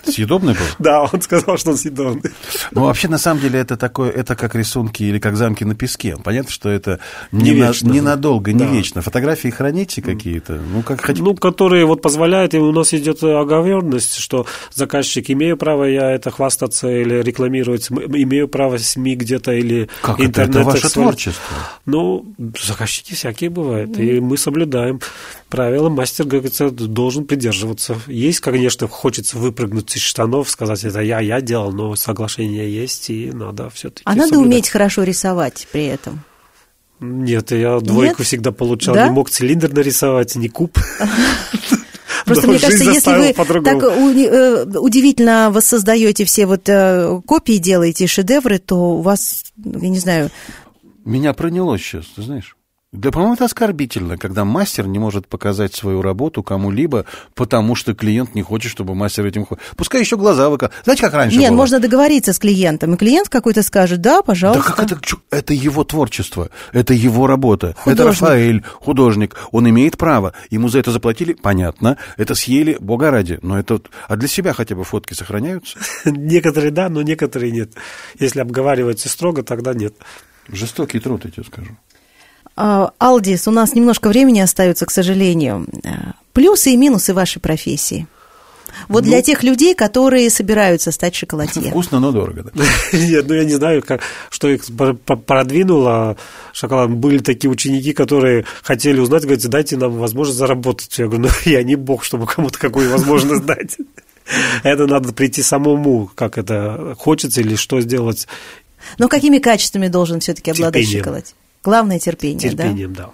Speaker 3: Съедобный был?
Speaker 4: Да, он сказал, что он съедобный.
Speaker 3: Ну, вообще, на самом деле, это такое, это как рисунки или как замки на песке. Понятно, что это не,
Speaker 4: Не
Speaker 3: на-
Speaker 4: вечно.
Speaker 3: ненадолго, не
Speaker 4: Да.
Speaker 3: вечно. Фотографии храните какие-то, ну, как хотите.
Speaker 4: Ну, которые вот позволяют, и у нас идет оговоренность, что заказчик, имею право я это хвастаться или рекламировать, м- имею право СМИ где-то или
Speaker 3: Как это?
Speaker 4: интернет.
Speaker 3: Это ваше
Speaker 4: эксплуатировать.
Speaker 3: творчество.
Speaker 4: Ну, заказчики всякие бывают, и мы соблюдаем правила. Мастер, как говорится, должен придерживаться. Есть, конечно, хочется выпрыгнуть из штанов, сказать, это я, я делал, но соглашение есть, и надо все-таки
Speaker 2: А надо уметь хорошо рисовать при этом.
Speaker 4: Нет, я двойку всегда получал.
Speaker 2: Да?
Speaker 4: Не мог цилиндр нарисовать, не куб.
Speaker 2: Просто
Speaker 4: Но
Speaker 2: мне кажется,
Speaker 4: жизнь
Speaker 2: если
Speaker 4: заставила
Speaker 2: вы
Speaker 4: по-другому.
Speaker 2: так уни- э, удивительно воссоздаете все вот э, копии, делаете шедевры, то у вас, я не знаю,
Speaker 3: Меня проняло сейчас, ты знаешь. Да, по-моему, это оскорбительно, когда мастер не может показать свою работу кому-либо, потому что клиент не хочет, чтобы мастер этим... хо- Пускай еще глаза выка... Знаете, как раньше
Speaker 2: нет,
Speaker 3: было?
Speaker 2: можно договориться с клиентом, и клиент какой-то скажет, да,
Speaker 3: Да
Speaker 2: пожалуйста.
Speaker 3: как это? чё? Это его творчество, это его работа. Это
Speaker 2: Художник.
Speaker 3: Рафаэль, художник. Он имеет право. Ему за это заплатили, понятно. Это съели, бога ради. Но это... вот- А для себя хотя бы фотки сохраняются?
Speaker 4: [LAUGHS] Некоторые да, но некоторые нет. Если обговаривается строго, тогда нет. [LAUGHS]
Speaker 3: Жестокий труд, я тебе скажу.
Speaker 2: А, Алдис, у нас немножко времени остается, к сожалению. А, Плюсы и минусы вашей профессии. Вот
Speaker 3: Ну,
Speaker 2: для тех людей, которые собираются стать шоколадье.
Speaker 3: Вкусно, но дорого. да. А,
Speaker 4: Нет, ну я не знаю, как, что их пр- пр- продвинуло шоколад. Были такие ученики, которые хотели узнать, говорят, дайте нам возможность заработать. Я говорю, [LAUGHS] ну я не бог, чтобы кому-то какую возможность дать. [LAUGHS] Это надо прийти самому, как это хочется или что сделать
Speaker 2: Но какими качествами должен все-таки обладать
Speaker 4: Терпением.
Speaker 2: шоколад? Главное терпение,
Speaker 4: терпением, да.
Speaker 2: да.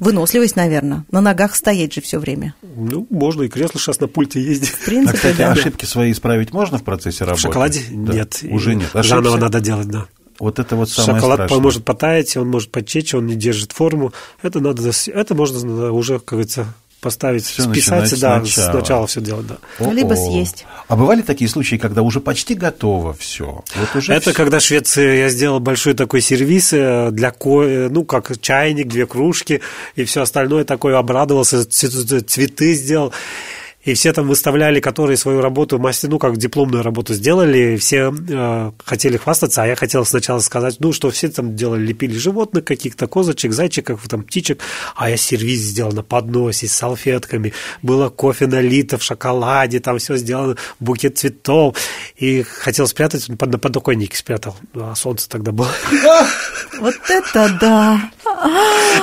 Speaker 2: Выносливость, наверное. На ногах стоять же все время.
Speaker 4: Ну, можно и кресло сейчас на пульте ездить.
Speaker 2: В
Speaker 3: А,
Speaker 2: принципе,
Speaker 3: кстати,
Speaker 2: да.
Speaker 3: ошибки свои исправить можно в процессе
Speaker 4: В
Speaker 3: работы?
Speaker 4: шоколаде
Speaker 3: Да.
Speaker 4: нет.
Speaker 3: Уже нет. Ошибся?
Speaker 4: Заново надо делать, да.
Speaker 3: Вот это вот самое
Speaker 4: Шоколад
Speaker 3: страшное.
Speaker 4: может потаять, он может потечь, он не держит форму. Это надо, зас- это можно зна- уже, как говорится, поставить,
Speaker 3: Всё
Speaker 4: списать,
Speaker 3: начинать
Speaker 4: да,
Speaker 3: сначала.
Speaker 4: сначала все делать, да.
Speaker 3: О-о.
Speaker 2: Либо съесть.
Speaker 3: А бывали такие случаи, когда уже почти готово все? Вот уже
Speaker 4: это
Speaker 3: всё.
Speaker 4: когда в Швеции я сделал большой такой сервис э, для кофе, ну, как чайник, две кружки и все остальное такое, обрадовался, ц- ц- цветы сделал. и все там выставляли, которые свою работу, мастер, ну, как дипломную работу сделали, все э, хотели хвастаться, а я хотел сначала сказать, ну, что все там делали, лепили животных каких-то, козочек, зайчиков, там, птичек, а я сервис сделал на подносе с салфетками, было кофе налито в шоколаде, там все сделано, букет цветов, и хотел спрятать, под, на подоконнике спрятал, а солнце тогда было.
Speaker 2: Вот это да!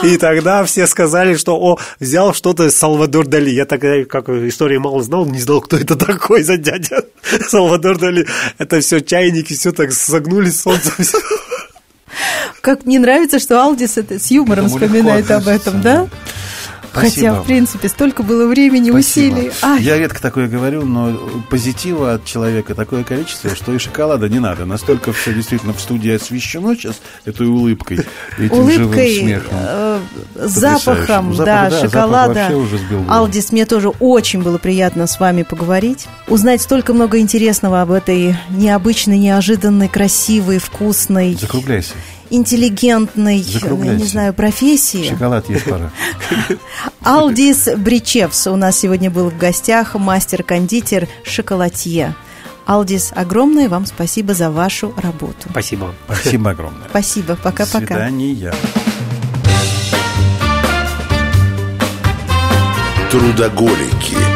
Speaker 4: И тогда все сказали, что о, взял что-то Салвадор Дали. Я тогда, как истории мало знал, не знал, кто это такой за дядя. [LAUGHS] Салвадор Дали. Это все чайники, все так согнули солнце. всё.
Speaker 2: Как мне нравится, что Алдис это с юмором
Speaker 3: Этому
Speaker 2: вспоминает
Speaker 3: легко
Speaker 2: об этом, да?
Speaker 3: Спасибо.
Speaker 2: Хотя, в принципе, столько было времени,
Speaker 3: Спасибо.
Speaker 2: усилий. А, Ай,
Speaker 3: Я редко такое говорю, но позитива от человека такое количество, что и шоколада не надо. Настолько все действительно в студии освещено сейчас этой улыбкой, этим
Speaker 2: улыбкой,
Speaker 3: живым смехом.
Speaker 2: э, запахом,
Speaker 3: Запах,
Speaker 2: да,
Speaker 3: да, запах
Speaker 2: шоколада.
Speaker 3: вообще уже сбил голову.
Speaker 2: Алдис, мне тоже очень было приятно с вами поговорить, узнать столько много интересного об этой необычной, неожиданной, красивой, вкусной,
Speaker 3: Закругляйся.
Speaker 2: интеллигентной, э, я
Speaker 3: Закругляйся.
Speaker 2: не знаю, профессии.
Speaker 3: Шоколад есть пора.
Speaker 2: Алдис Бричевс у нас сегодня был в гостях, мастер-кондитер шоколатье. Алдис, огромное вам спасибо за вашу работу.
Speaker 4: Спасибо вам.
Speaker 3: Спасибо огромное.
Speaker 2: Спасибо,
Speaker 3: До
Speaker 2: пока-пока.
Speaker 3: свидания.
Speaker 1: Трудоголики.